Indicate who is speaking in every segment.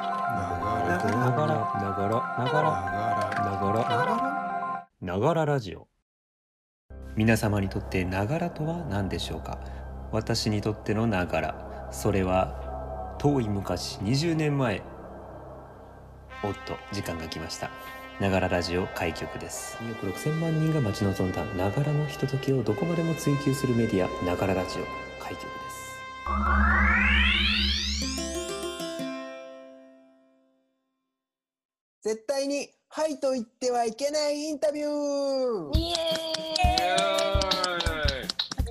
Speaker 1: ながらながらながらながらながらラジオ皆様にとってながらとは何でしょうか私にとってのながらそれは遠い昔20年前おっと時間が来ましたながらラジオ開局です2億6000万人が待ち望んだながらのひとときをどこまでも追求するメディアながらラジオ開局です
Speaker 2: 絶対に「はい」と言ってはいけないインタビュー
Speaker 3: イエ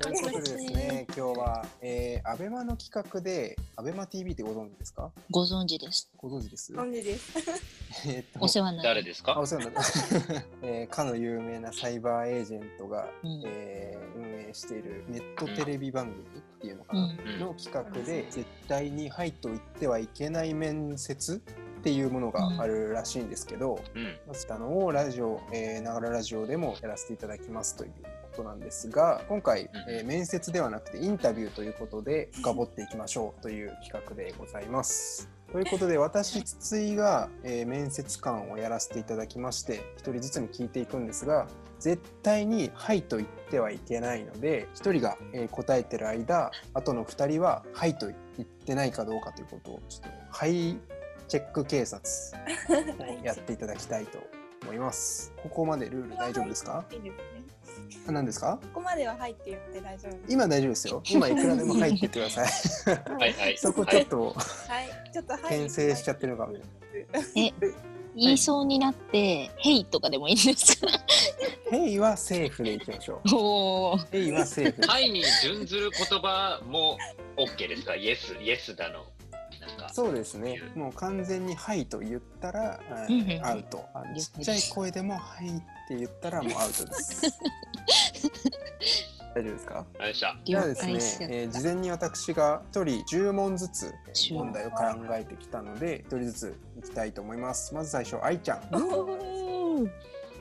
Speaker 2: ということでですね今日は、えー、アベマの企画で「アベマ t v ってご存知ですか
Speaker 3: ご存知です。
Speaker 2: ご存知です
Speaker 4: 本日です。
Speaker 2: えーっと
Speaker 3: お世話にな
Speaker 5: 誰
Speaker 3: る。
Speaker 5: です
Speaker 2: あ
Speaker 5: か
Speaker 2: お世話になった、 えー、かの有名なサイバーエージェントが、
Speaker 3: うん
Speaker 2: えー運営しているネットテレビ番組っていうのか
Speaker 3: う
Speaker 2: な、
Speaker 3: ん。
Speaker 5: うん
Speaker 2: の企画で絶対に「はい」と言ってはいけない面接っていうものがあるらしいんですけど、
Speaker 5: うん
Speaker 2: ましたのをラジオ、えー、ながらラジオでもやらせていただきますということなんですが今回、えー面接ではなくてインタビューということで深掘っていきましょうという企画でございます。ということで私筒井が、えー面接官をやらせていただきまして一人ずつに聞いていくんですが絶対に「はい」と言ってはいけないので一人が、えー答えてる間あとの二人は「はい」と言ってないかどうかということをちょっと「はい」チェック警 察やっていただきたいと思います。ここまでルール大丈夫ですか？
Speaker 4: いいですね。
Speaker 2: あ何ですか？
Speaker 4: ここまでは入って言って大丈夫です。
Speaker 2: 今大丈夫です よ。今いくらでも入ってくださ い。
Speaker 5: はいはい。
Speaker 2: そこちょっと
Speaker 4: はい。ちょっと入
Speaker 2: 牽制しちゃってるかもし れ
Speaker 3: 言いそうになって、ヘイとかでもいいですか。
Speaker 2: ない。ヘイはセーフでいきましょ
Speaker 3: おお。
Speaker 2: う。ヘイはセーフ。
Speaker 5: はいに準ずる言葉も OK ですかイエス、イエスだの。なんか、
Speaker 2: そうですね。もう完全にはいと言ったら、あ
Speaker 3: うんうんうん
Speaker 2: アウト。あのちっちゃい声でもはいって言ったらもうアウトです。 大丈夫ですか？
Speaker 5: あれでした。
Speaker 2: ではですね
Speaker 3: 了解しちゃ、った
Speaker 2: えー事前に私が1人10問ずつえー
Speaker 3: 10
Speaker 2: 問題を考えてきたので1人ずついきたいと思いますまず最初愛ちゃん
Speaker 3: おー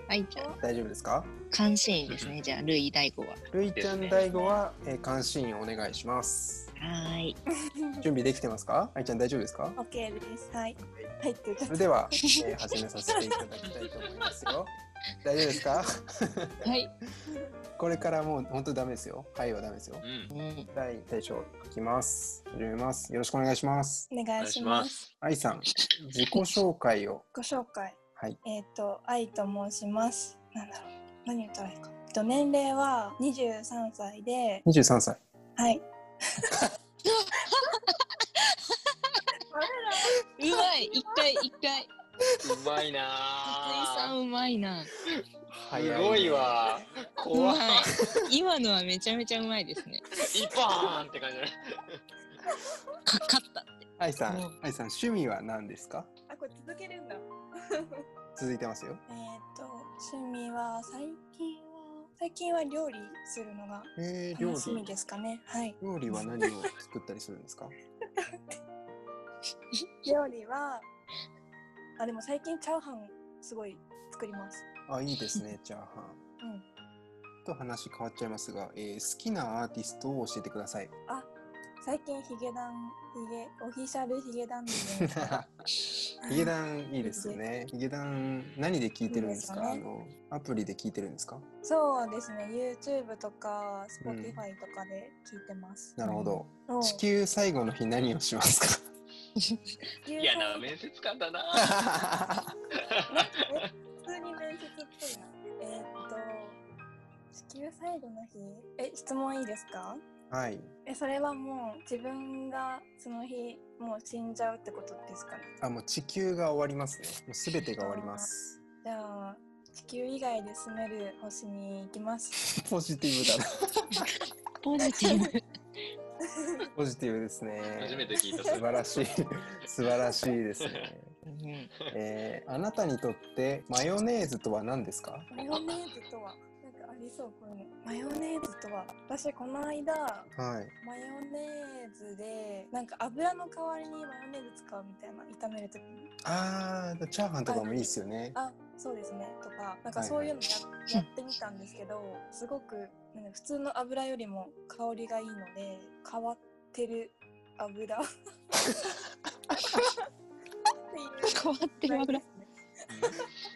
Speaker 3: はい、じゃあ、
Speaker 2: 大丈夫ですか
Speaker 3: 監視員ですね。じゃあ、ルイ第五は。
Speaker 2: るいちゃん
Speaker 5: ですね
Speaker 2: 大悟は、えー監視員お願いします
Speaker 3: はーい。
Speaker 2: 準備できてますか愛ちゃん大丈夫ですか
Speaker 4: オッケーです。はい。入ってちゃっ
Speaker 2: それでは、えー始めさせていただきたいと思いますよ大丈夫ですか
Speaker 3: はい。
Speaker 2: これからもう本当ダメですよはいはダメですよ
Speaker 5: うん。
Speaker 3: うん。
Speaker 2: 第一大将書きます始めますよろしくお願いします
Speaker 4: お
Speaker 5: お
Speaker 4: 願
Speaker 5: 願
Speaker 4: い
Speaker 5: い
Speaker 4: し
Speaker 5: し
Speaker 4: ま。
Speaker 5: ますす。
Speaker 2: 愛さん自己紹介を
Speaker 4: ご紹介。
Speaker 2: はい
Speaker 4: えっ、と愛と申します。なんだろう。何言ったらいいか。えっと年齢は23歳で、
Speaker 2: 23歳
Speaker 4: はい。
Speaker 3: うまい。一回、一回。
Speaker 5: うまいな
Speaker 3: 筒井さん、
Speaker 5: ぁ。
Speaker 3: うまいな。
Speaker 2: 早
Speaker 5: すごいわ。
Speaker 3: う
Speaker 5: 怖
Speaker 3: ま
Speaker 5: い。
Speaker 3: い。今のはめちゃめちゃうまいですね。
Speaker 5: 一本って感じだね。
Speaker 3: かかった。
Speaker 2: 愛さん
Speaker 3: もう、
Speaker 2: 愛さん、趣味は何ですか
Speaker 4: あこれ続けるんだ。
Speaker 2: 続いてますよ。
Speaker 4: えっと趣味は最近は最近は料理するのが
Speaker 2: えー、料
Speaker 4: 楽しみ
Speaker 2: 理。
Speaker 4: ですかね。はい。
Speaker 2: 料理は何を作ったりするんですか
Speaker 4: 料理はあでも最近チャーハンすごい作ります。
Speaker 2: あ、いいですね、チャーハン。
Speaker 4: うん。
Speaker 2: と話変わっちゃいますが、えー、好きなアーティストを教えてください。
Speaker 4: あ最近ヒゲダンヒゲオフィシャルヒゲ ダンの
Speaker 2: ヒゲダンいいですよね。ヒゲダン、何で聞いてるんですか
Speaker 4: いいです
Speaker 2: あ
Speaker 4: よ
Speaker 2: の、アプリで聞いてるんですか
Speaker 4: そうですね YouTube とか
Speaker 2: うん
Speaker 4: Spotify とかで聞いてます。
Speaker 2: なるほど。
Speaker 4: そう
Speaker 2: 地球最後の日何をしますか
Speaker 4: 地球
Speaker 5: 嫌な
Speaker 4: 最後
Speaker 5: 面接官だなぁ。
Speaker 2: あ
Speaker 4: え普通に面接っぽいな。えーっと地球最後の日え質問いいですか？
Speaker 2: はい。
Speaker 4: えそれはもう自分がその日もう死んじゃうってことですかね。
Speaker 2: あ、もう地球が終わりますね。もうすべてが終わります。
Speaker 4: じゃあ地球以外で住める星に行きます。
Speaker 2: ポジティブだな。
Speaker 3: ポジティブ。
Speaker 2: ポジティブですね。
Speaker 5: 初めて聞いた。
Speaker 2: 素晴らしい素晴らしいですね、
Speaker 3: うん
Speaker 2: えーあなたにとってマヨネーズとは何ですか
Speaker 4: マヨネーズとはなんかありそうこういうの。マヨネーズとは私この間
Speaker 2: はい
Speaker 4: マヨネーズでなんか油の代わりにマヨネーズ使うみたいな炒めるときに
Speaker 2: あーチャーハンとかもいいですよね
Speaker 4: あそうですねとかなん
Speaker 2: はいは
Speaker 4: か
Speaker 2: い
Speaker 4: そういうのや,、やってみたんですけどすごくなんか普通の油よりも香りがいいので変わってる油。 っていう
Speaker 3: 変わってる油。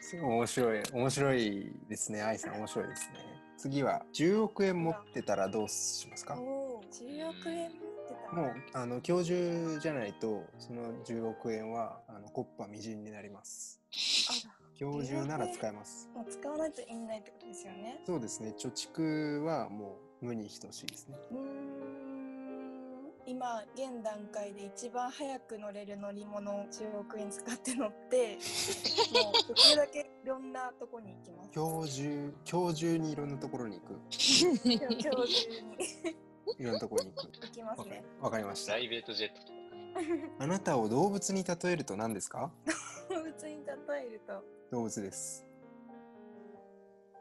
Speaker 2: すごい面白い面白いですね愛さん面白いですね次は10億円持ってたらどうしますかも
Speaker 4: おお、10億円持ってたら。
Speaker 2: うあの今日中じゃないとその10億円はあのコッパみじんになります今日中なら使えます
Speaker 4: あらもう使わないと意味ないってことですよね。
Speaker 2: そうですね貯蓄はもう無に等しいですね
Speaker 4: うーん。今現段階で一番早く乗れる乗り物を10億円使って乗って、もうできるだけいろんなとこに行きます。
Speaker 2: 今日中今日中にいろんなところに行く
Speaker 4: 今日今日中に
Speaker 2: いろんなところに行く
Speaker 4: 行きます
Speaker 2: わか
Speaker 4: ね。
Speaker 2: わかりまし
Speaker 5: プ
Speaker 2: た
Speaker 5: ライベートジェットとか。
Speaker 2: あなたを動物に例えると何ですか
Speaker 4: 普通に例えると。
Speaker 2: 動物です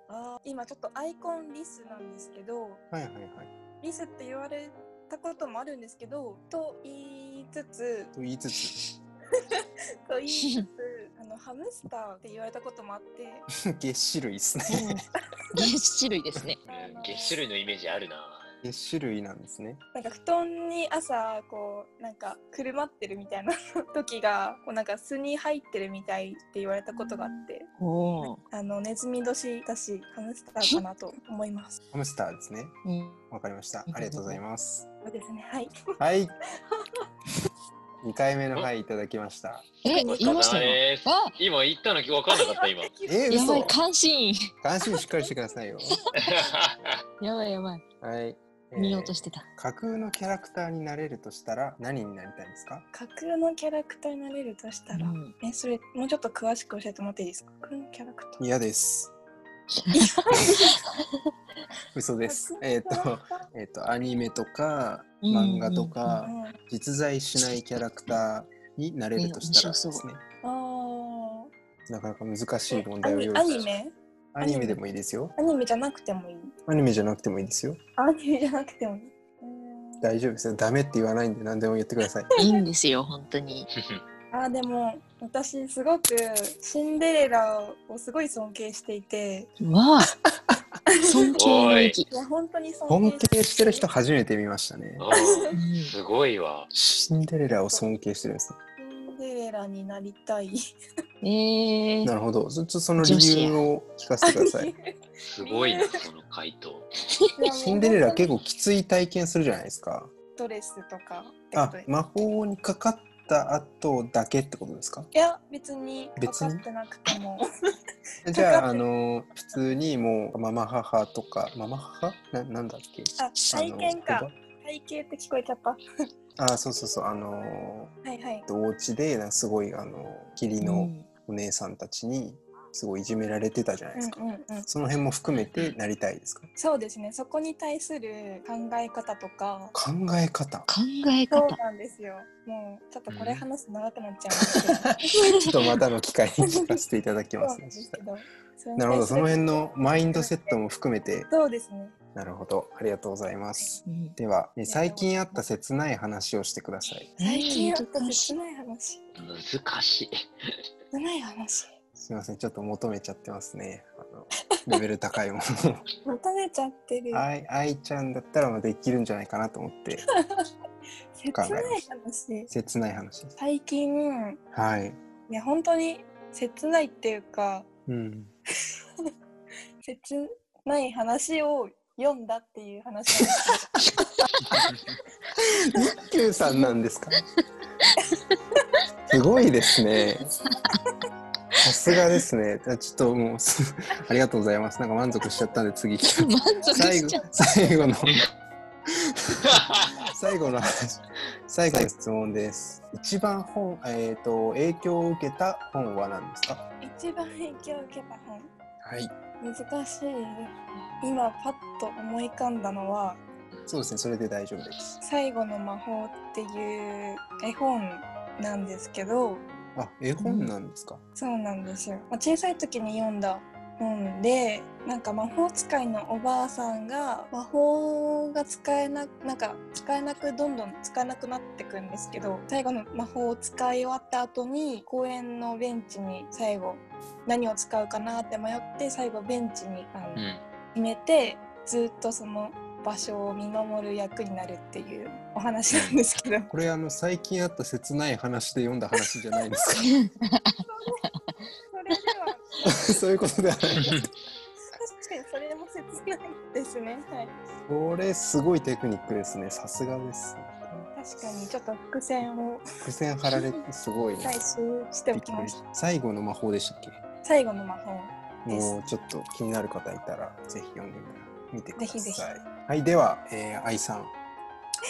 Speaker 4: あー今ちょっとアイコンリスなんですけど
Speaker 2: はいはいはい
Speaker 4: リスって言われたこともあるんですけどと言いつつ
Speaker 2: と言いつつ
Speaker 4: と言いつつあのハムスターって言われたこともあって
Speaker 2: げっしるいですね
Speaker 3: 原種類ですね。
Speaker 4: あの
Speaker 5: 月種類のイメージあるな。
Speaker 2: げっしるいなんですね
Speaker 4: なんか布団に朝こうなんかくるまってるみたいな時がこうなんか巣に入ってるみたいって言われたことがあって
Speaker 3: おお。
Speaker 4: あのネズミ年だしハムスターかなと思います。
Speaker 2: ハムスターですね
Speaker 3: うん。
Speaker 2: わかりましたありがとうございます
Speaker 4: そうですねはい
Speaker 2: はい 二回目のはいいただきました
Speaker 3: え、言いましたよ。
Speaker 5: ね。
Speaker 3: わあ、
Speaker 5: 今言ったの分かんなかった今。
Speaker 2: え
Speaker 3: やば
Speaker 2: 嘘
Speaker 3: い、関心。
Speaker 2: 関心しっかりしてくださいよ
Speaker 3: やばいやばい。
Speaker 2: はい、えー
Speaker 3: 見ようとしてた。
Speaker 2: 架空のキャラクターになれるとしたら何になりたいですか
Speaker 4: 架空のキャラクターになれるとしたら、
Speaker 3: うん
Speaker 4: えそれもうちょっと詳しく教えてもらっていいですか架空のキャラクター
Speaker 2: 嫌 です嘘ですえっ、とえっ、とアニメとか
Speaker 3: うん
Speaker 2: 漫画とか、
Speaker 4: うん、あ
Speaker 2: 実在しないキャラクターになれるとしたら
Speaker 3: え面
Speaker 2: で
Speaker 3: 白そう
Speaker 2: すね
Speaker 4: あ
Speaker 2: なかなか難しい問
Speaker 4: ア
Speaker 2: 題を
Speaker 4: ニ
Speaker 2: 用意
Speaker 4: ア
Speaker 2: し
Speaker 4: ニ
Speaker 2: ました
Speaker 4: メ
Speaker 2: アニメでもいいですよ
Speaker 4: アニメじゃなくてもいい
Speaker 2: アニメじゃなくてもいいですよ
Speaker 4: アニメじゃなくてもいいうん
Speaker 2: 大丈夫ですよダメって言わないんで何でも言ってください
Speaker 3: いいんですよ、本当に。
Speaker 4: あーでも私すごくシンデレラをすごい尊敬していて
Speaker 3: わあ。尊敬の域。
Speaker 4: いや本当に尊
Speaker 2: 尊
Speaker 4: 敬
Speaker 2: 敬してる人初めて見ましたね
Speaker 5: おー
Speaker 3: うん
Speaker 5: すごいわ。
Speaker 2: シンデレラを尊敬してるんですね
Speaker 4: シンデレラになり たい
Speaker 3: ええ
Speaker 2: なるほどずっとその理由を聞かせてください
Speaker 5: すごいなその回答。
Speaker 2: シンデレラ結構きつい体験するじゃないです か
Speaker 4: ストレスとかってこ
Speaker 2: あ
Speaker 4: とです
Speaker 2: 魔法にかかった後だけってことです か
Speaker 4: いや別に
Speaker 2: 別
Speaker 4: か
Speaker 2: に
Speaker 4: かってなくても
Speaker 2: じゃ
Speaker 4: か
Speaker 2: あ、
Speaker 4: か
Speaker 2: あ
Speaker 4: って
Speaker 2: の普通にもうママ母とかママ母ななんだっけ
Speaker 4: あ体験
Speaker 2: あ
Speaker 4: か
Speaker 2: の
Speaker 4: 体型って聞こえちゃったは
Speaker 2: あそうそうそうあの
Speaker 4: いはい
Speaker 2: お家でなんかすごいあの義理
Speaker 3: ー。う
Speaker 2: の
Speaker 3: ん
Speaker 2: お姉さんたちにすごいいじめられてたじゃないですか、
Speaker 4: うんうんうん
Speaker 2: その辺も含めてなりたいですか
Speaker 4: そうですねそこに対する考え方と か
Speaker 2: 考え方
Speaker 3: 考え
Speaker 4: そう
Speaker 3: 方。
Speaker 4: なんですよもうちょっとこ
Speaker 5: う
Speaker 4: れ
Speaker 5: ん
Speaker 4: 話すと長くなっちゃうんですけど
Speaker 2: ちょっとまたの機会に聞かせていただき
Speaker 4: そう
Speaker 2: ま
Speaker 4: な
Speaker 2: す
Speaker 4: ん
Speaker 2: ね
Speaker 4: ですけど
Speaker 2: なるほどその辺のマインドセット
Speaker 4: も
Speaker 2: も含めて
Speaker 4: そうですね
Speaker 2: なるほどありがとうございます
Speaker 3: うん
Speaker 2: ではえ最近あった切ない話をしてください
Speaker 4: 最近あった
Speaker 3: 難し
Speaker 4: 切
Speaker 3: い
Speaker 4: ない話
Speaker 5: 難 しい。
Speaker 4: 切ない話
Speaker 2: すいませんちょっと求めちゃってますねあのレベル高いものを
Speaker 4: 求めちゃってる
Speaker 2: あい愛ちゃんだったらまあできるんじゃないかなと思って
Speaker 4: 切
Speaker 2: 考
Speaker 4: な
Speaker 2: え
Speaker 4: い話
Speaker 2: 切ない話です
Speaker 4: 最近
Speaker 2: はい
Speaker 4: いや本当に切ないっていうか
Speaker 2: うん
Speaker 4: 切ない話を読んだっていう話なんですけど
Speaker 2: Q さんなんですかすごいですねさすがですねあちょっともうすありがとうございますなんか満足しちゃったんで次行きたい
Speaker 3: 満足
Speaker 2: 最
Speaker 3: し
Speaker 2: 後
Speaker 3: ちゃう。
Speaker 2: 最後の最後の話最後の質問です一番本えっ、と影響を受けた本は何ですか
Speaker 4: 一番影響を受けた本
Speaker 2: はい
Speaker 4: 難しいです今パッと思い浮かんだのは
Speaker 2: そうですねそれで大丈夫です
Speaker 4: 「最後の魔法」っていう絵本なんですけど
Speaker 2: あ絵本なんですか、
Speaker 4: そうなんですよ、まあ小さい時に読んだ本でなんか魔法使いのおばあさんが魔法が使えななんか使えなくどんどん使えなくなってくんですけど最後の魔法を使い終わった後に公園のベンチに最後何を使うかなって迷って最後ベンチにあの、
Speaker 5: うん
Speaker 4: 決めてずっとその場所を見守る役になるっていうお話なんですけど
Speaker 2: これあの最近あった切ない話で読んだ話じゃないんですか
Speaker 4: それでは
Speaker 2: そういうことではない
Speaker 4: 確かにそれも切ないですねはい
Speaker 2: これすごいテクニックですねさすがです
Speaker 4: 確かにちょっと伏線を
Speaker 2: 伏線張られてすごいね
Speaker 4: 採集してお
Speaker 2: びっ
Speaker 4: き
Speaker 2: く
Speaker 4: ま
Speaker 2: り
Speaker 4: し
Speaker 2: したた最後の魔法でしたっけ
Speaker 4: 最後の魔法です
Speaker 2: もうちょっと気になる方いたらぜひ読んでみてください
Speaker 4: ぜひぜ
Speaker 2: はいでは、えー、愛さん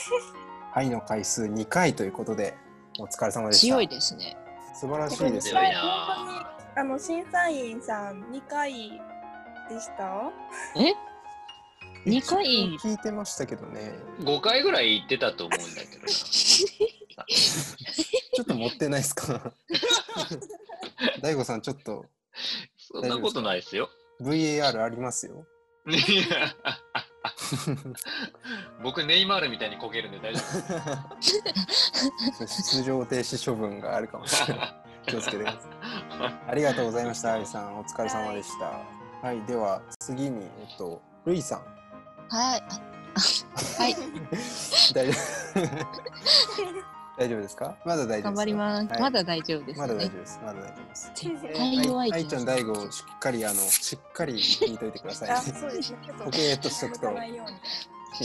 Speaker 2: 愛の回数2回ということでお疲れ様でした
Speaker 3: 強いですね。
Speaker 2: 素晴らし いです
Speaker 5: 強い
Speaker 2: ね
Speaker 5: な
Speaker 4: あの審査員さん2回でした
Speaker 3: え二回
Speaker 2: 聞いてましたけどね
Speaker 5: 5回ぐらい行ってたと思うんだけどな
Speaker 2: ちょっと持ってないですか 大悟さんちょっと
Speaker 5: そんなことないですよ
Speaker 2: VAR ありますよ
Speaker 5: いや 僕ネイマールみたいにこけるんで大丈
Speaker 2: 出場停止処分があるかもしれない
Speaker 5: 夫
Speaker 2: 気をつけてくださいありがとうございました、愛さん。お疲れ様でした。はい、では次に、えっと、ルイさん。
Speaker 3: はい。あはい。
Speaker 2: 大丈夫大丈夫ですかまだ大丈夫ですか
Speaker 3: 頑張ります。
Speaker 2: はい
Speaker 3: まだ大丈夫です
Speaker 2: まだ大
Speaker 3: ね。
Speaker 2: 丈夫です。まだ大丈夫です。
Speaker 3: 対応
Speaker 2: はい
Speaker 3: 相手
Speaker 2: 愛ちゃん、大悟をしっかり、あの、しっかり聞いといてください ね。
Speaker 4: あそうですねちょっと
Speaker 2: ポケーっとしとくと
Speaker 4: 抜かないように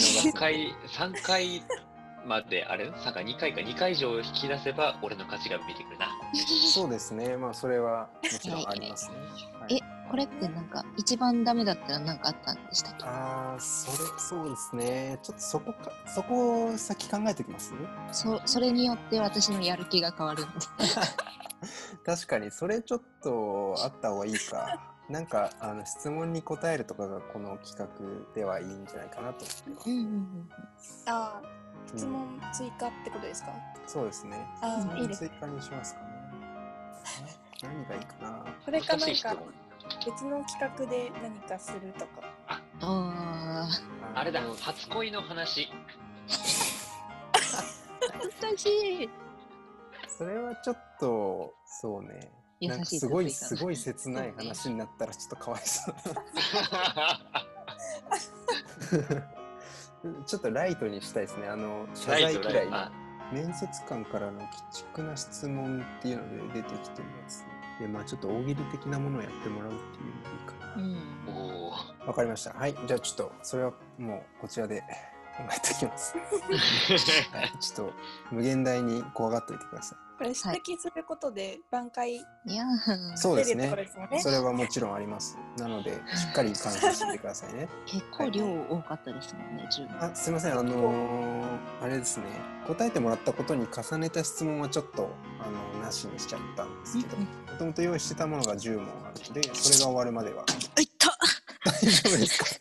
Speaker 5: 3回三回まであれ3回2回か2回以上引き出せば俺の価値が見えてくるな
Speaker 2: そうですね。まあ、それはもちろんありますね。はい
Speaker 3: え、これってなんか一番ダメだったらなんかあったんでしたっけ？
Speaker 2: ああ、それ、そうですね。ちょっとそこか、そこを先考えておきますね。
Speaker 3: そそれによって私のやる気が変わるんで。
Speaker 2: 確かにそれちょっとあった方がいいかなんかあの質問に答えるとかがこの企画ではいいんじゃないかなと思って ま
Speaker 3: うんうんうん。
Speaker 4: あ
Speaker 2: す、
Speaker 4: 質
Speaker 2: うん
Speaker 4: 問追加ってことですか
Speaker 2: そうですね
Speaker 4: あ
Speaker 2: 質問
Speaker 4: いいです
Speaker 2: 追加にしますかね何がいいかな
Speaker 4: これか
Speaker 5: 難
Speaker 4: な
Speaker 5: し
Speaker 4: ん
Speaker 5: い質
Speaker 4: か
Speaker 5: 問
Speaker 4: 別の企画で何かするとか
Speaker 3: ああ
Speaker 5: あれだ
Speaker 2: の
Speaker 5: 初恋の 話
Speaker 3: 難しい。
Speaker 2: それはちょっとそうね
Speaker 3: 優
Speaker 2: なんか
Speaker 3: しい
Speaker 2: すごい
Speaker 3: 追加
Speaker 2: すごい切ない話になったらちょっとかわいそう ちょっとライトにしたいですねあの謝
Speaker 5: ライ
Speaker 2: 罪
Speaker 5: ト
Speaker 2: く
Speaker 5: ラ
Speaker 2: ら
Speaker 5: イ
Speaker 2: い
Speaker 5: ト
Speaker 2: の
Speaker 5: あ
Speaker 2: 面接官からの鬼畜な質問っていうので出てきてるやつでまあちょっと大喜利的なものをやってもらうっていうのがいいか
Speaker 3: うん。
Speaker 5: おおー
Speaker 2: なわかりましたはいじゃあちょっとそれはもうこちらで考えておきます、はい、ちょっと無限大に怖がっといてくださ
Speaker 4: これ指摘することで挽回
Speaker 3: いやー
Speaker 2: いそうですね
Speaker 4: 出るってことです
Speaker 2: そ
Speaker 4: よね
Speaker 2: れはもちろんありますなのでしっかり観察しててくださいね
Speaker 3: 結構量多かったですもんね。十分。
Speaker 2: あすいませんあのーあれですね答えてもらったことに重ねた質問はちょっとあのなしにしちゃったんですけど
Speaker 3: うんう
Speaker 2: もともと用意してたものが10問あるのでこれが終わるまでは
Speaker 3: あいった。
Speaker 2: 大丈夫ですか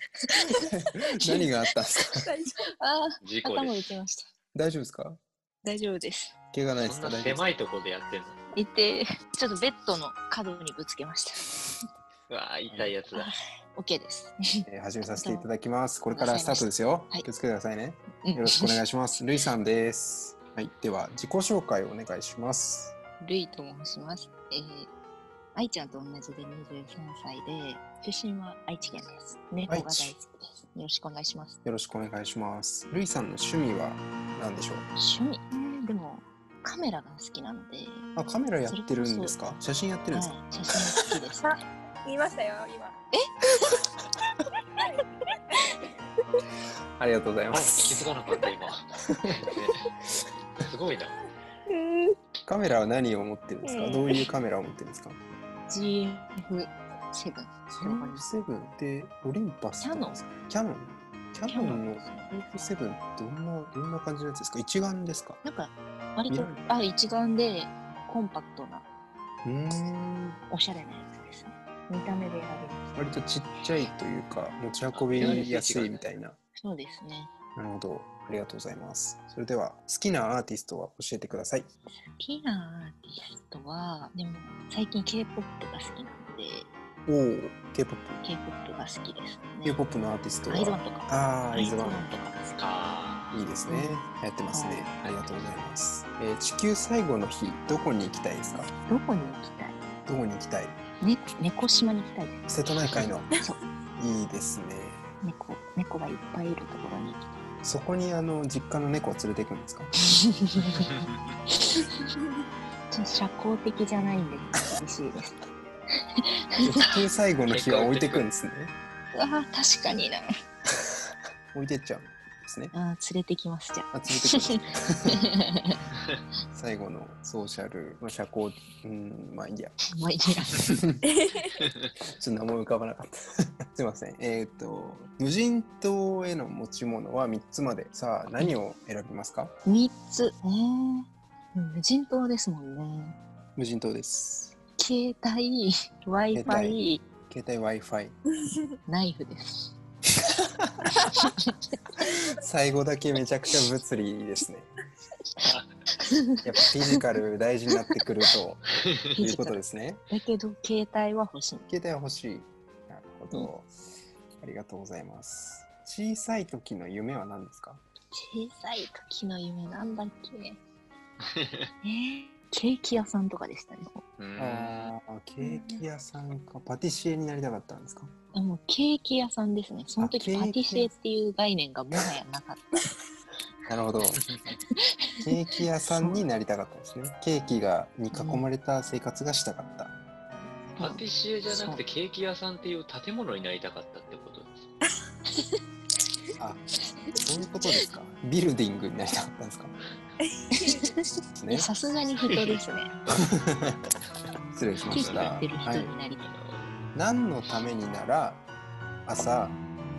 Speaker 2: 何があったんですか
Speaker 4: 大丈
Speaker 3: あ
Speaker 5: 事
Speaker 3: あ
Speaker 5: 故
Speaker 3: 頭
Speaker 5: で
Speaker 3: 打
Speaker 5: す
Speaker 3: ちました。
Speaker 2: 大丈夫ですか
Speaker 3: 大丈夫です。
Speaker 2: 怪我ないです
Speaker 5: そ
Speaker 2: か
Speaker 5: んな
Speaker 2: 大丈夫
Speaker 5: 狭いとこでやってんの
Speaker 3: 行ってちょっとベッドの角にぶつけました。
Speaker 5: うわー痛いやつだ
Speaker 3: OK です。
Speaker 2: ですか、えー始めさせていただきますこれからスタートですよ、
Speaker 3: はい
Speaker 2: 気をつけてくださいね
Speaker 3: うん
Speaker 2: よろしくお願いしますルイさんですはいでは自己紹介をお願いします
Speaker 3: ルイと申します。えー、愛ちゃんと同じで23歳で、出身は愛知県です。猫が大好きです。よろしくお願いします。
Speaker 2: よろしくお願いしますルイさんの趣味は何でしょう
Speaker 3: 趣味うんでも、カメラが好きなので、
Speaker 2: あカメラやってるんですか写真やってるん
Speaker 3: は
Speaker 2: ですか、
Speaker 3: い、写真好き ですね。
Speaker 4: 夫見ましたよ今
Speaker 2: ありがとうござい
Speaker 5: あ
Speaker 2: ま
Speaker 5: 気
Speaker 2: す
Speaker 5: づかなかった今すごいな
Speaker 2: カメラは何を持ってるんですか、
Speaker 3: うん
Speaker 2: どういうカメラを持ってるんですか
Speaker 3: GF7。
Speaker 2: F7 でオリンパスとかですかキャノンキャノンの F7 どんなどんな感じのやつですか一眼ですか
Speaker 3: なんか、割
Speaker 2: 見
Speaker 3: と
Speaker 2: られ、た
Speaker 3: あ、一眼でコンパクトな、
Speaker 2: うーん
Speaker 3: おしゃれなやつですね。見た目で選べる。
Speaker 2: 割とちっちゃいというか持ち運びやすいみたいな
Speaker 3: そうですね。
Speaker 2: なるほどありがとうございますそれでは好きなアーティストは教えてください
Speaker 3: 好きなアーティストは、でも、最近 K-POP が好きなので、
Speaker 2: おお K-POP
Speaker 3: K-POP が好きですね。
Speaker 2: K-POP のアーティスト
Speaker 3: アイズワ
Speaker 2: は
Speaker 3: ンとか。
Speaker 2: ああーアイズワン
Speaker 3: とかですか。
Speaker 5: あ
Speaker 2: いいですね流行ってますねありがとうございます、えー地球最後の日どこに行きたいですか
Speaker 3: どこに行きたい
Speaker 2: どこに行きたい
Speaker 3: ね、猫島に行きたいで
Speaker 2: 瀬戸内海の
Speaker 3: す。そう、
Speaker 2: いいですね
Speaker 3: 猫、猫がいっぱいいるところに
Speaker 2: そこにあの実家の猫を連れていくん ですか
Speaker 3: ちょっと社交的じゃないんで厳しいです。
Speaker 2: 結局最後の日は置いていくんですね
Speaker 3: うわ あ確かにな。
Speaker 2: 置いてっちゃうんですね
Speaker 3: あー連れてきますじゃあ。
Speaker 2: あ連れてくん ですね 最後のソーシャル、まあ、社交うんまあいいや
Speaker 3: もういいや。
Speaker 2: ちょっと名前浮かばなかった。 すいません。えっ、と、無人島への持ち物は3つまで。さあ、何を選びますか
Speaker 3: 三つ。えー、無人島ですもんね。
Speaker 2: 無人島です。
Speaker 3: 携帯、Wi-Fi、
Speaker 2: 携帯 Wi-Fi。
Speaker 3: ナイフです。
Speaker 2: 最後だけめちゃくちゃ物理です ね。やっぱフィジカル大事になってくるということです ね。
Speaker 3: だけど携帯は欲しい。
Speaker 2: 携帯欲しい。なるほど。ありがとうございます。小さい時の夢は何ですか
Speaker 3: 小さい時の夢なんだっけ。えー、ケーキ屋さんとかでしたね。
Speaker 5: うん
Speaker 2: ああ、ケーキ屋さんか。パティシエになりたかったんですか
Speaker 3: あもうケーキ屋さんですね。その時
Speaker 2: あケー
Speaker 3: パ
Speaker 2: キ
Speaker 3: ティシエっていう概念がもはやなかっ
Speaker 2: なるほど。 ケーキ屋さんになりたかったですね。ケーキがに囲まれた生活がしたかった。
Speaker 5: パティシエじゃなくてケーキ屋さんっていう建物になりたかったってことですよ
Speaker 2: あ、そういうこと ですか。ビルディングになりたかったんですか。
Speaker 3: た。で
Speaker 2: ね、
Speaker 3: さすがに人ですね。
Speaker 2: 失礼しま
Speaker 3: ケー
Speaker 2: し
Speaker 3: キ
Speaker 2: た。
Speaker 3: やってる人
Speaker 2: はい
Speaker 3: に。なりたい。
Speaker 2: 何のためになら朝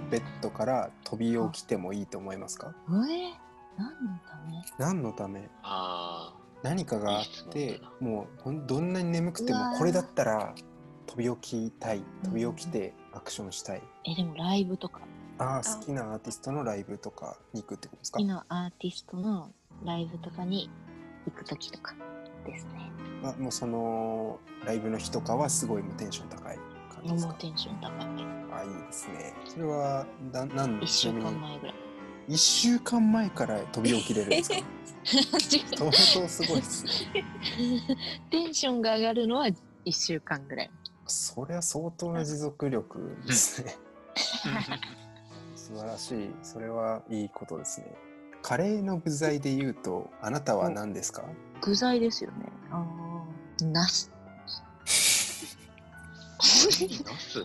Speaker 2: ベッドから飛び起きてもいいと思いますか。
Speaker 3: えー、何のため
Speaker 2: 何のため？
Speaker 5: あ
Speaker 2: 何かがあ
Speaker 5: いい
Speaker 2: って
Speaker 5: 質問だな
Speaker 2: もうほんどんなに眠くて
Speaker 3: うわ
Speaker 2: も
Speaker 3: ー
Speaker 2: これだったら飛び起きたい飛び起きてアクションしたい。
Speaker 3: えでもライブとか
Speaker 2: ああ好きなアーティストのライブとかに行くってことですか
Speaker 3: 好きなアーティストのライブとかに行く時とかですね
Speaker 2: あもうそのライブの日とかはすごいもうテンション高い感じ
Speaker 3: も
Speaker 2: で
Speaker 3: う
Speaker 2: すか
Speaker 3: テンション高い
Speaker 2: あいいですねそれはだなん
Speaker 3: 1週間
Speaker 2: ちなみに
Speaker 3: 前ぐらい
Speaker 2: 一週間前から飛び起きれるん ですか
Speaker 3: 違
Speaker 2: 相当すごいですね
Speaker 3: うテンションが上がるのは1週間ぐらい
Speaker 2: それは相当な持続力ですね素晴らしいそれはいいことですねカレーの具材で言うとあなたは何ですか
Speaker 3: 具材ですよねああ梨
Speaker 5: ーナス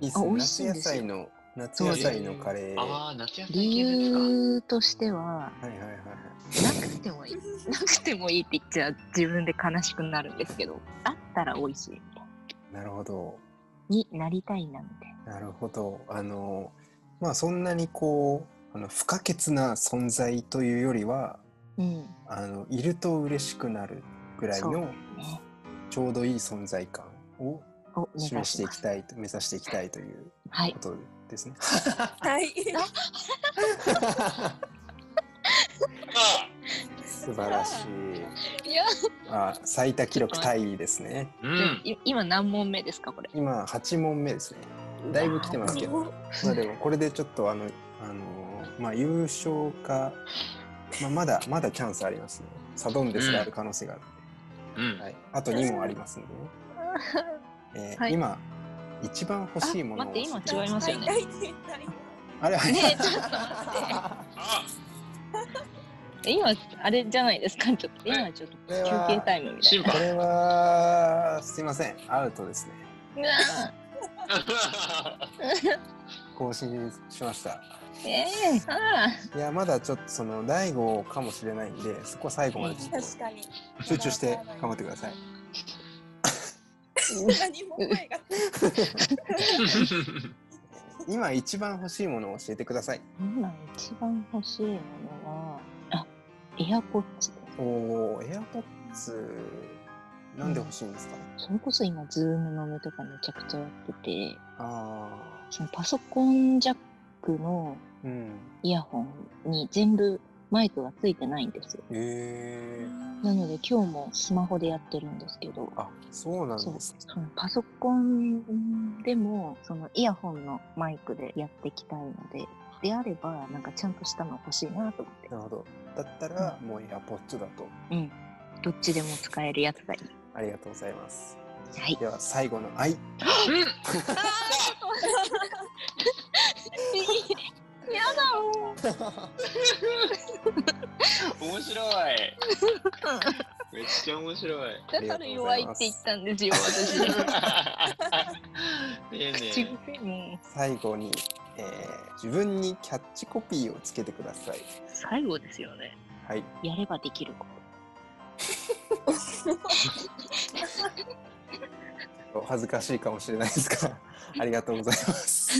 Speaker 2: いいっすね
Speaker 3: あ美味し
Speaker 2: 夏
Speaker 3: いん
Speaker 2: 野
Speaker 3: で
Speaker 2: 菜の夏
Speaker 3: すよ
Speaker 2: 野菜のカレーは
Speaker 5: ああ夏野菜
Speaker 3: 理
Speaker 5: 系ですか
Speaker 3: 由としてはい
Speaker 2: はいはいはい
Speaker 3: なくてもいいなくてもいいって言っちゃ自分で悲しくなるんですけどあったら美味しい
Speaker 2: なるほど
Speaker 3: になりたいなみたい
Speaker 2: なるほど。あの、まあそんなにこう、あの不可欠な存在というよりは、
Speaker 3: なうん
Speaker 2: あの、いると嬉しくなるぐらい
Speaker 3: そう
Speaker 2: の
Speaker 3: ね
Speaker 2: ちょうどいい存在感を
Speaker 3: を目
Speaker 2: 示
Speaker 3: 指
Speaker 2: し
Speaker 3: して
Speaker 2: い
Speaker 3: ま
Speaker 2: き
Speaker 3: す
Speaker 2: たいと、目指していきたいという
Speaker 3: はい
Speaker 2: ことですね。
Speaker 4: はい。
Speaker 2: 素晴らしい。
Speaker 3: いや
Speaker 2: あ、最多記録タイですね。
Speaker 5: うん
Speaker 3: い今何問目ですかこれ
Speaker 2: 今8問目ですね。だいぶ来てますけど。まあでもこれでちょっとあの、あのまあ優勝か、まあ、まだまだチャンスありますね。サドンデスがある可能性がある、
Speaker 5: うん
Speaker 2: はい、あと2問ありますんで ね。えー
Speaker 3: はい
Speaker 2: 今一番欲しいもの
Speaker 3: あ
Speaker 2: を
Speaker 3: 待って今違いますよね
Speaker 4: はいはい
Speaker 2: あれ、あれ
Speaker 3: ねえちょっと待って今あれじゃないですかちょっと今ちょっと
Speaker 2: これ
Speaker 3: 休
Speaker 2: は
Speaker 3: 憩タイムみたい
Speaker 5: 審
Speaker 3: な
Speaker 5: 判
Speaker 2: これはすいませんアウトですね。
Speaker 3: うわ
Speaker 2: 更新しました。
Speaker 3: ーええあ
Speaker 2: いやまだちょっとその第五かもしれないんで、そこ最後までちょっ
Speaker 4: 確かに。
Speaker 2: と集中して頑張ってください。
Speaker 4: 何も声が。
Speaker 2: 今一番欲しいものを教えてください。
Speaker 3: ー今一番欲しいものはあエアポッチ
Speaker 2: おお、エアポッツなんで欲しいんですか。
Speaker 3: それこそ今ズームのみとかめちゃくちゃやってて
Speaker 2: ああ、
Speaker 3: そのパソコンジャックの
Speaker 2: うん、
Speaker 3: イヤホンに全部マイクがついてないんですよ
Speaker 2: ええ
Speaker 3: なので今日もスマホでやってるんですけど
Speaker 2: あ、そうなん
Speaker 3: そう
Speaker 2: です
Speaker 3: そ。のパソコンでもそのイヤホンのマイクでやっていきたいのでであればなんかちゃんとしたの欲しいなと思って
Speaker 2: なるほど。だったら、もうエアポッツだと。
Speaker 3: うんどっちでも使えるやつ がいい
Speaker 2: ありがとうございます。
Speaker 3: はい
Speaker 2: では、最後の 愛。
Speaker 5: うん
Speaker 3: やだもう。
Speaker 5: 面 白い。 めっちゃ面白い。
Speaker 3: だから弱いって言ったんですよ、 私。
Speaker 5: ねえね
Speaker 3: 口癖もう
Speaker 2: 最後に、えー自分にキャッチコピーをつけてください。
Speaker 3: 最後ですよね。
Speaker 2: はい。
Speaker 3: やればできること。
Speaker 2: お恥ずかしいかもしれないです が、ありがとうございます。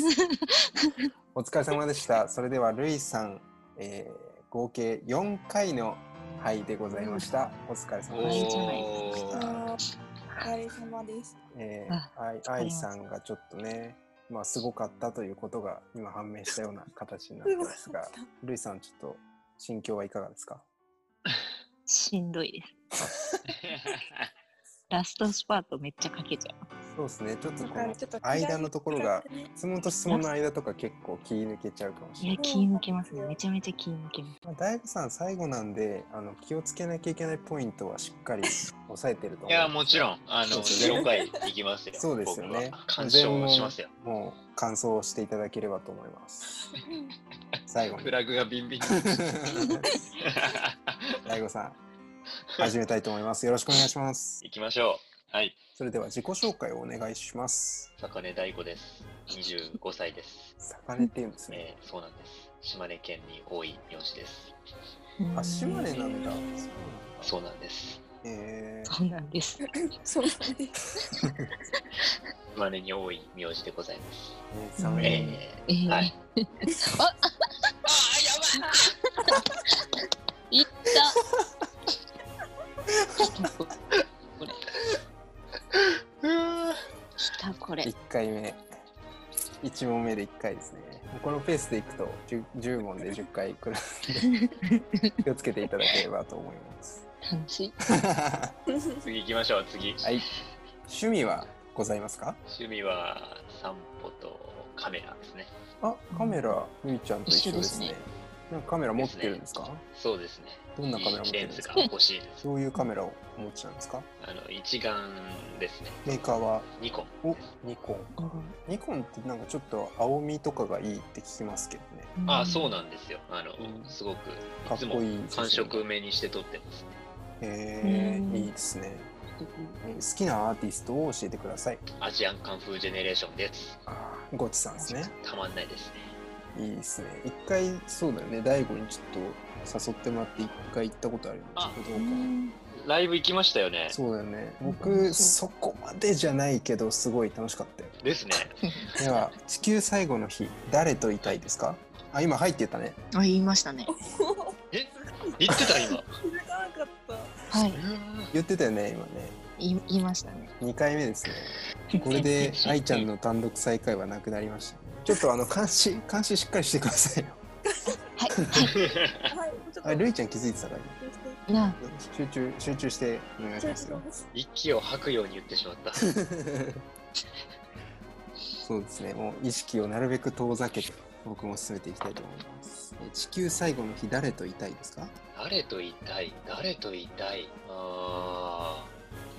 Speaker 2: お疲れ様でした。それでは、ルイさん、えー合計4回の杯でございました。お疲れ様で
Speaker 3: い
Speaker 2: し
Speaker 3: い
Speaker 2: た。
Speaker 3: じゃない
Speaker 5: お
Speaker 3: です
Speaker 5: ー
Speaker 3: か。
Speaker 4: あーお疲れ様です。
Speaker 2: え
Speaker 3: あ
Speaker 2: ー、愛
Speaker 3: 疲れま
Speaker 2: 愛
Speaker 3: した
Speaker 2: さんがちょっとね、まあ、すごかったということが今判明したような形になってますが、ルイさん、ちょっと心境はいかがですか
Speaker 3: しんどいです。ラストスパートめっちゃかけちゃう。
Speaker 2: そうですね、ちょっとこ
Speaker 4: なん
Speaker 2: の
Speaker 4: かちょっと
Speaker 2: 間のところが、
Speaker 4: 暗いね
Speaker 2: 質問と質問の間とか結構気抜けちゃうかもしれない
Speaker 3: いや、気抜けますね。めちゃめちゃ気抜けます。
Speaker 2: まあ、大悟さん最後なんであの気をつけなきゃいけないポイントはしっ かり押さえてると思う
Speaker 5: いや、もちろん、あ
Speaker 2: そう
Speaker 5: の、
Speaker 2: ですね
Speaker 5: 了解できますよ。
Speaker 2: そうですよね
Speaker 5: 僕は鑑賞しますよ。
Speaker 2: もう感想をしていただければと思い ます最後に
Speaker 5: フラグがビンビン。
Speaker 2: 大悟さん始めたいと思いますよろしくお願いします
Speaker 5: 行きましょう。はい、
Speaker 2: それでは自己紹介をお願いします
Speaker 5: 坂根大子です。25歳です。
Speaker 2: 坂根っていうんですね
Speaker 5: えー、そうなんです。島根県に多い名字です。
Speaker 2: あ島根
Speaker 3: う
Speaker 2: なんだ
Speaker 5: そうなんです。
Speaker 2: えー、
Speaker 3: そうなんです。
Speaker 4: そうなんです。
Speaker 5: 島根に多い名字でございます。
Speaker 2: えー坂根
Speaker 5: え
Speaker 3: えー
Speaker 5: ー、はい。ああ、やばい。
Speaker 3: いった。 きたこれ
Speaker 2: 一。回目一問目で一回ですねこのペースでいくと 10, 10問で10回くらい気をつけていただければと思います
Speaker 3: 楽しい。
Speaker 5: 次行きましょう。次。
Speaker 2: はい。趣味はございますか？
Speaker 5: 趣味は散歩とカメラですね。
Speaker 2: あ、カメラ、ゆいちゃんと一緒ですね。
Speaker 3: 一緒ですね
Speaker 2: なんかカメラ持ってるんですか？
Speaker 5: そうですね。
Speaker 2: どんなカメラ持
Speaker 5: い
Speaker 2: って
Speaker 5: いレ
Speaker 2: るん
Speaker 5: ン
Speaker 2: で
Speaker 5: ズ
Speaker 2: すか
Speaker 5: が欲しいです。
Speaker 2: どういうカメラをお持ちなんですか？
Speaker 5: あの一眼ですね。
Speaker 2: メーカーは
Speaker 5: ニコン。
Speaker 2: おニコン。ニコンってなんかちょっと青みとかがいいって聞きますけどね。
Speaker 5: あ、そう
Speaker 3: の。
Speaker 5: なんですよ。あの、
Speaker 2: うん
Speaker 5: すごく
Speaker 2: か
Speaker 5: い
Speaker 2: っ
Speaker 5: つ
Speaker 2: こ
Speaker 5: も
Speaker 2: いいですね。
Speaker 5: 三色目にして撮ってますね。
Speaker 2: え
Speaker 3: うん
Speaker 2: ー、いいですね。えー好きなアーティストを教えてください。
Speaker 5: アジアンカンフージェネレーションです。
Speaker 2: あー、ゴチさんですね。
Speaker 5: たまんないですね。
Speaker 2: いいですね。一回そうだよね。大悟にちょっと誘ってもらって一回行ったことあるんですけどどうかな。
Speaker 5: ライブ行きましたよね。
Speaker 2: そうだよね。
Speaker 3: う
Speaker 2: 僕、
Speaker 3: ん
Speaker 2: そこまでじゃないけど、すごい楽しかったよ。
Speaker 5: ですね。
Speaker 2: で は、地球最後の日、誰といたいですかあ、今、はいって言ったね。
Speaker 3: あ、言いましたね。
Speaker 5: え、言ってた 今。
Speaker 4: 気づかなかった。
Speaker 3: はい。
Speaker 2: 言ってたよね、今ね。
Speaker 3: 言い言いましたね。
Speaker 2: 2回目 ですね。これ で、愛ちゃんの単独再開はなくなりましたね。ちょっと、あの、監視、監視しっかりしてくださいよ。
Speaker 3: はい。
Speaker 4: はい、もうちょっと
Speaker 2: あ、るいちゃん気づいてたから、
Speaker 3: いや、
Speaker 2: 集中、集中してお願いしますよ。
Speaker 5: 息を吐くように言ってしまった。
Speaker 2: そうですね。もう、意識をなるべく遠ざけて、僕も進めていきたいと思います。え地球最後の日、誰といたいですか
Speaker 5: 誰と言いたい誰と言いたいあ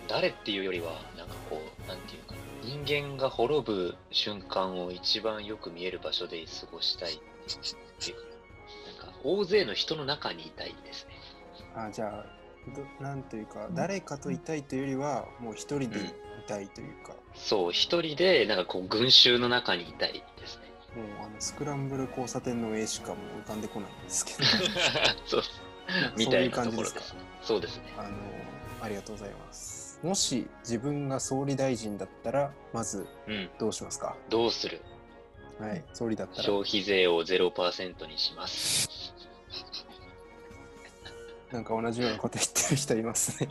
Speaker 5: ー誰っていうよりはなんかこうなんていうか人間が滅ぶ瞬間を一番よく見える場所で過ごしたいっていうかなんか大勢の人の中にいたいですね
Speaker 2: あじゃあどなんというか、
Speaker 3: うん
Speaker 2: 誰かといたいというよりはもう一人でいたいというか、
Speaker 5: そう一人でなんかこう群衆の中にいたいですね
Speaker 2: もうあのスクランブル交差点の絵しかもう浮かんでこないんです けど
Speaker 5: そうですみ
Speaker 2: そう
Speaker 5: た
Speaker 2: い
Speaker 5: いうな
Speaker 2: 感
Speaker 5: と
Speaker 2: じ
Speaker 5: ころ
Speaker 2: ですか
Speaker 5: ですねそうですね
Speaker 2: あのありがとうございますもし自分が総理大臣だったらまず
Speaker 5: うん
Speaker 2: どうしますか
Speaker 5: どうする
Speaker 2: はい総理だったら
Speaker 5: 消費税を0%にします
Speaker 2: なんか同じようなこと言ってる人いますね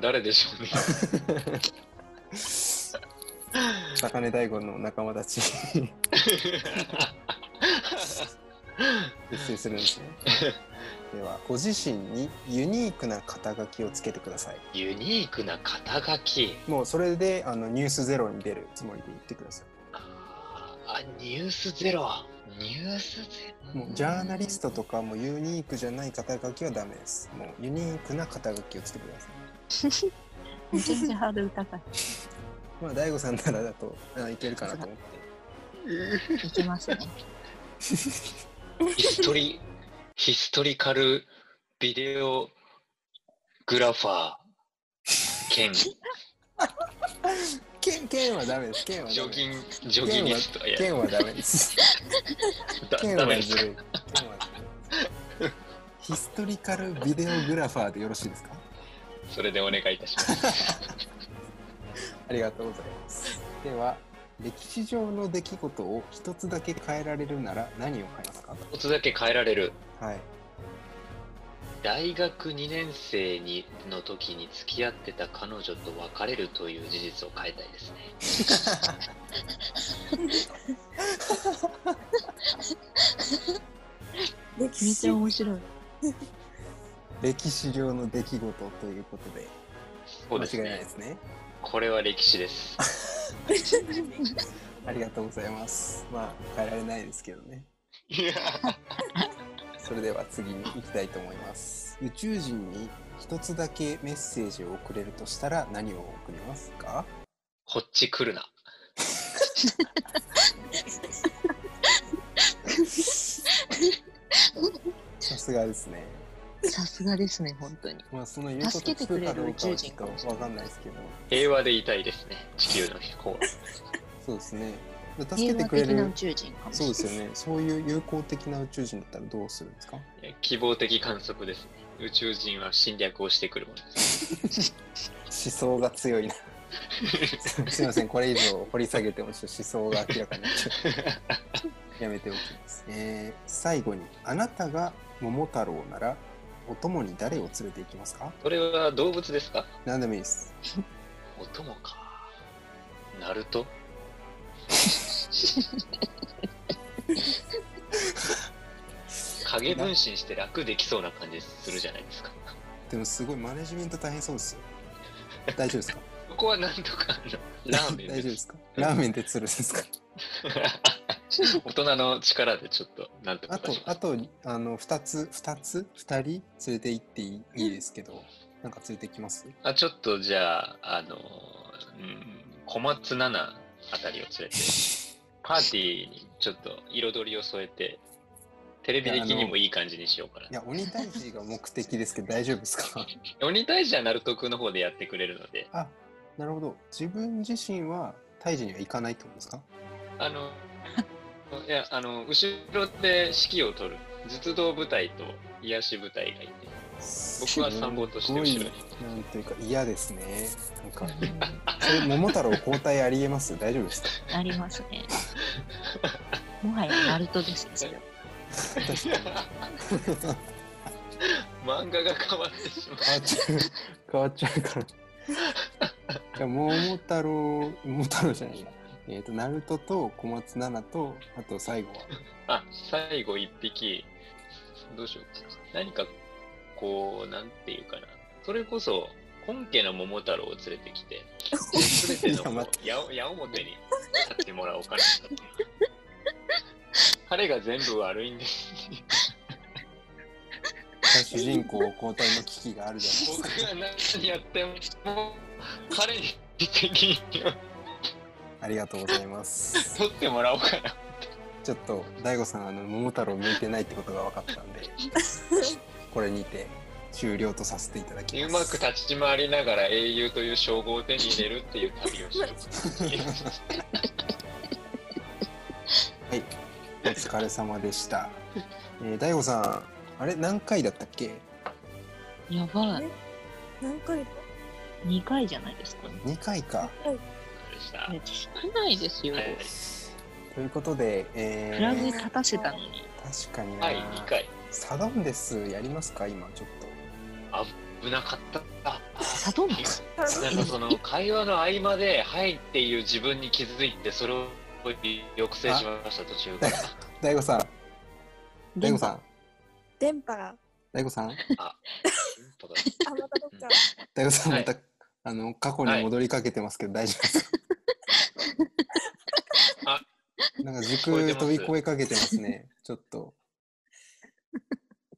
Speaker 5: 誰でしょうね
Speaker 2: 高根大吾の仲間たち結成するんですねではご自身にユニークな肩書きをつけてください
Speaker 5: ユニークな肩書き
Speaker 2: もうそれであのニュースゼロに出るつもりで言ってくださ
Speaker 5: あーあニュースゼロニュースゼ
Speaker 2: い。もうジャーナリストとかもユニークじゃない肩書きはダメです。もうユニークな肩書きをつけてください。
Speaker 3: めちゃめちゃハードル高い。
Speaker 2: まあ大悟さんならだとあいけるかなと思って。
Speaker 5: ロ
Speaker 3: いきますね。
Speaker 5: ヒストリ、ヒストリカルビデオグラファー 兼
Speaker 2: 剣剣はダメです。剣は
Speaker 5: ジ
Speaker 2: ダ
Speaker 5: ョ
Speaker 2: メです
Speaker 5: ギン、ジョギニスト。いや、
Speaker 2: 剣はダメです。
Speaker 5: だ
Speaker 2: 剣
Speaker 5: ダメ
Speaker 2: は
Speaker 5: です
Speaker 2: ず
Speaker 5: か
Speaker 2: るい。剣はずるいヒストリカルビデオグラファーでよろしいですか
Speaker 5: それでお願いいたします。
Speaker 2: ありがとうございます。では、歴史上の出来事を一つだけ変えられるなら何を変えますか
Speaker 5: 一つだけ変えられる。
Speaker 2: はい。
Speaker 5: 大学2年生にの時に付き合ってた彼女と別れるという事実を変えたいですね。
Speaker 4: 歴
Speaker 3: めっち
Speaker 4: 史
Speaker 3: ゃ面白い。
Speaker 2: 歴史上の出来事ということで、
Speaker 5: そうです
Speaker 2: 間違いない
Speaker 5: ね
Speaker 2: で。すね。
Speaker 5: これは歴史 です。
Speaker 2: ありがとうございます。まあ、変えられないですけどね。
Speaker 5: いや
Speaker 2: それでは次に行きたいと思います。宇宙人に一つだけメッセージを送れるとしたら何を送りますか
Speaker 5: こっち来るな。
Speaker 2: さすがですね。
Speaker 3: さすがですね、本当に。
Speaker 2: まあ、その言うこと
Speaker 3: 助けて
Speaker 2: 聞
Speaker 3: く
Speaker 2: く
Speaker 3: れ
Speaker 2: かど
Speaker 3: る
Speaker 2: うかは
Speaker 3: 宇宙
Speaker 2: ち
Speaker 3: 人
Speaker 2: ょ
Speaker 3: かも
Speaker 2: っ
Speaker 3: し
Speaker 2: と
Speaker 3: れな
Speaker 2: わ
Speaker 3: い
Speaker 2: かんないですけど、
Speaker 5: 平和でいたいですね。地球の飛行。
Speaker 2: そうですね。助け
Speaker 3: 平
Speaker 2: て
Speaker 3: 和
Speaker 2: くれ
Speaker 3: 的な
Speaker 2: る
Speaker 3: 宇。宙人かもし
Speaker 2: そう
Speaker 3: れな
Speaker 2: で
Speaker 3: い。
Speaker 2: すよね。そういう友好的な宇宙人だったらどうするんですか
Speaker 5: いや希望的観測ですね。宇宙人は侵略をしてくるもの です。
Speaker 2: 思想が強いな。すいません、これ以上掘り下げてもちょっと思想が明らかになっちゃう。やめておきます。えー最後に、あなたが桃太郎なら、お供に誰を連れて行きますか
Speaker 5: それは動物ですか
Speaker 2: 何でもいいです。
Speaker 5: お供か。ナルト影分身して楽できそうな感じするじゃないですか。
Speaker 2: でもすごいマネジメント大変そうですよ。大丈夫ですか
Speaker 5: ここはなんとかあのラーメン
Speaker 2: 大丈
Speaker 5: で。
Speaker 2: 夫ですすかラーメンで釣るんですか
Speaker 5: 大人の力でちょっとなんとか
Speaker 2: あと
Speaker 5: し、ま
Speaker 2: あ
Speaker 5: す。
Speaker 2: と、あの、二つ、二つ二人連れて行っていいいいですけど、なんか連れて行きます
Speaker 5: あちょっとじゃあ、あの、うん、小松菜奈あたりを連れ て、パーティーにちょっと彩りを添えて、テレビ的にもいい感じにしようか
Speaker 2: い
Speaker 5: な。
Speaker 2: や、鬼退治が目的ですけど、大丈夫で すか
Speaker 5: 鬼退治はナルト君の方でやってくれるので、
Speaker 2: あなるほど自分自身は退治には行かないってことですか
Speaker 5: あ の、いや、あの、後ろで指揮を取る、実動部隊と癒し部隊がいて、僕は参謀として後ろに
Speaker 2: すごいなんというか嫌ですねなん かそれ桃太郎交代ありえます大丈 夫ですか
Speaker 3: うんありますね。もはやナルトですよ、それは。
Speaker 2: 確かに
Speaker 5: 漫画が変わってしまう。
Speaker 2: 変わっちゃう変わっちゃうからじゃあ桃太郎桃太郎じゃないやえっ、とナルトと小松菜奈とあと最後は
Speaker 5: あ、最後一匹、どうしよう。何か、こう、なんていうかな。それこそ、本家の桃太郎を連れてきて、すべての
Speaker 2: いや
Speaker 5: こ
Speaker 2: 待
Speaker 5: う矢を矢面に立ってもらおうかなと。彼が全部悪いんです。
Speaker 2: 主人公交代の危機があるじゃない
Speaker 5: 僕
Speaker 2: ですか
Speaker 5: が何やっても、彼に責任を
Speaker 2: ありがとうございます
Speaker 5: 取ってもらおうかな。
Speaker 2: ちょっと大悟さんあの桃太郎向いてないってことが分かったんでこれにて終了とさせていただき
Speaker 5: う
Speaker 2: ます。
Speaker 5: まく立ち回りながら英雄という称号を手に入れるっていう旅をしよう。
Speaker 2: はい、お疲れ様でした。えー、大悟さんあれ何回だったっけ
Speaker 3: やばい。
Speaker 4: 何回だ
Speaker 3: 2回じゃないですか。
Speaker 2: ?2 回か。
Speaker 5: でした
Speaker 3: いや少ないですよ。
Speaker 5: はい
Speaker 2: ということで、え
Speaker 3: フラグ
Speaker 2: ー、
Speaker 3: 立たせたのに。
Speaker 2: 確かにな、
Speaker 5: はい、2回。
Speaker 2: サドンデスやりますか今ちょっと。
Speaker 5: 危なかった。あ
Speaker 3: サドンデス
Speaker 5: なんかその会話の合間で、はいっていう自分に気づいて、それを抑制しました、途中から。
Speaker 2: 大悟さん大悟さん
Speaker 4: 電波が
Speaker 2: 大悟さん
Speaker 4: あまたどっか
Speaker 2: 大悟さん
Speaker 5: は
Speaker 2: ま
Speaker 5: い
Speaker 2: た、あの過去に戻りかけてますけど、大丈夫ですか
Speaker 5: あ
Speaker 2: なんか時空飛び越えかけてますねちょっと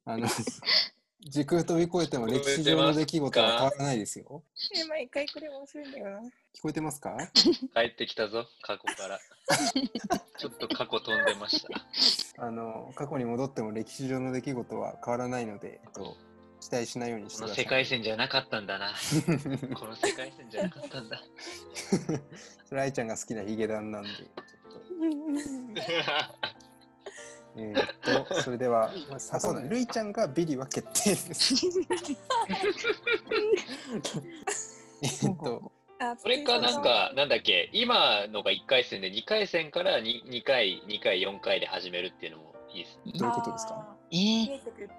Speaker 2: あの時空飛び越えても歴史上の出来事は変わらないですよ
Speaker 4: え毎回これ忘れんだよな
Speaker 2: 聞こえてますか
Speaker 5: 帰ってきたぞ、過去から。ちょっと過去飛んでました。
Speaker 2: あの過去に戻っても歴史上の出来事は変わらないので、えっと、期待しないようにして
Speaker 5: こ
Speaker 2: くだ
Speaker 5: の
Speaker 2: さい。
Speaker 5: 世界線じゃなかったんだな。この世界線じゃなかったんだ。
Speaker 2: それ愛ちゃんが好きなヒゲダンなんで。ちょっとえーっと、それでは、まあ、そうだ、るいちゃんがビリは決定です。えーっと、
Speaker 4: あ
Speaker 5: それかなんか、なんだっけ、今のが1回戦で2回戦から 2, 2回、2回、4回で始めるっていうのもいいですね。
Speaker 2: どういうことですか
Speaker 3: えー
Speaker 4: 見えてくるって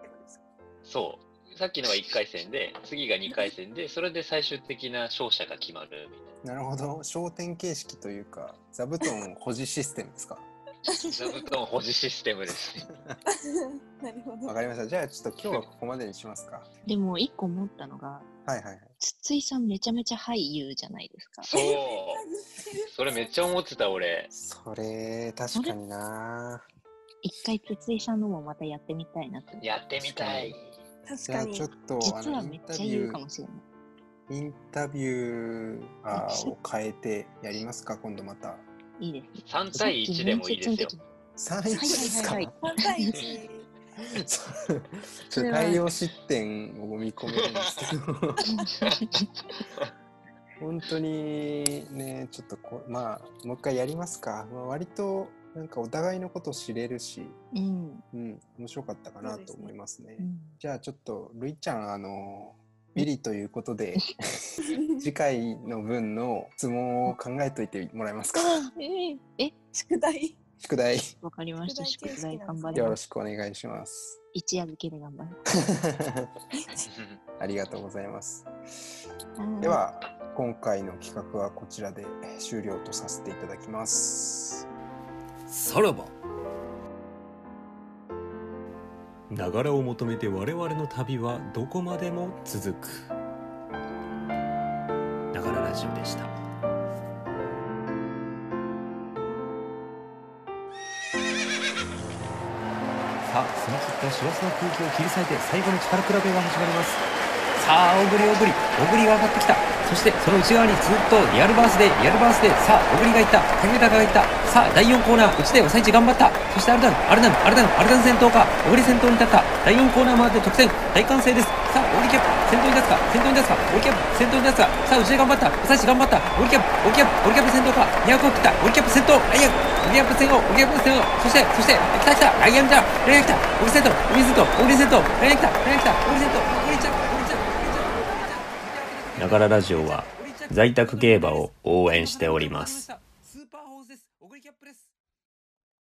Speaker 4: ことですか
Speaker 5: そう。さっきのが1回戦で、次が2回戦で、それで最終的な勝者が決まるみたいな。
Speaker 2: なるほど、焦点形式というか、座布団を保持システムですか。
Speaker 5: 座布団保持システムですね。
Speaker 4: なるほど。
Speaker 2: わかりました。じゃあ、ちょっと今日はここまでにしますか。
Speaker 3: でも一個思ったのが、
Speaker 2: はいはいはい。
Speaker 3: 筒井さんめちゃめちゃはい言うじゃないですか。
Speaker 5: そう。それめっちゃ思ってた俺。
Speaker 2: それ、確かにな。
Speaker 3: 一回筒井さんのもまたやってみたいなと。
Speaker 5: やってみたい。
Speaker 4: 確
Speaker 2: じゃ
Speaker 4: か
Speaker 2: あ、
Speaker 4: に
Speaker 2: ちょっ。と、
Speaker 3: 実は
Speaker 2: あの
Speaker 3: めっちゃ言うかもしれない。
Speaker 2: インタビューあーを変えてやりますか、今度また。
Speaker 3: いいですね。
Speaker 5: 3対1でもいいですよ。
Speaker 2: 3一ですか、
Speaker 3: はいはい
Speaker 4: 三対 一。
Speaker 2: そうちょっと対応失点を見込めるんですけど本当にねちょっとこまあもう一回やりますか、まあ、割となんかお互いのこと知れるし、
Speaker 3: うん。
Speaker 2: うん、面白かったかなと思いますね
Speaker 3: うん
Speaker 2: じゃあちょっとるいちゃんあのビリということで次回の分の質問を考えといてもらえますか
Speaker 3: え、
Speaker 4: 宿題。
Speaker 2: 宿題
Speaker 3: わかりました。宿
Speaker 4: 宿題形式
Speaker 3: 題頑張り
Speaker 2: よ
Speaker 3: ま
Speaker 2: ろ
Speaker 3: す。
Speaker 2: しくお願いします。
Speaker 3: 一夜漬けで頑張りま
Speaker 2: ありがとうございます。
Speaker 3: す。
Speaker 2: では、今回の企画はこちらで終了とさせていただきます。
Speaker 1: さらばながらを求めて我々の旅はどこまでも続くながらラジオでしたさあ澄み切った師走の空気を切り裂いて最後の力比べが始まりますさあ小栗小栗小栗が上がってきたそしてその内側にずっとリアルバースデーリアルバースデーさあ小栗がいったケメタがいったさあ第4コーナー内田よさいち頑張ったそしてアルダンアルダンアルダンアルダン先頭か小栗先頭に立った第4コーナーまで直線大歓声ですさあ小栗キャップ先頭に立つか先頭に立つか小栗キャップ先頭に立つかさあ内田頑張ったさいち頑張った小栗キャップ小栗キャップ小栗キャップ先頭か200を切った小栗キャップ先頭ライアン小栗キャップ先頭小栗キャップ先頭そしてそして来た来たライアンじゃライアン来た小栗先頭小栗先頭小栗先頭ライアン来たライアン来た小栗先頭小栗ちゃん小栗ちゃん
Speaker 6: ながらラジオは在宅競馬を応援しております
Speaker 1: スーパーホースです小栗キャップです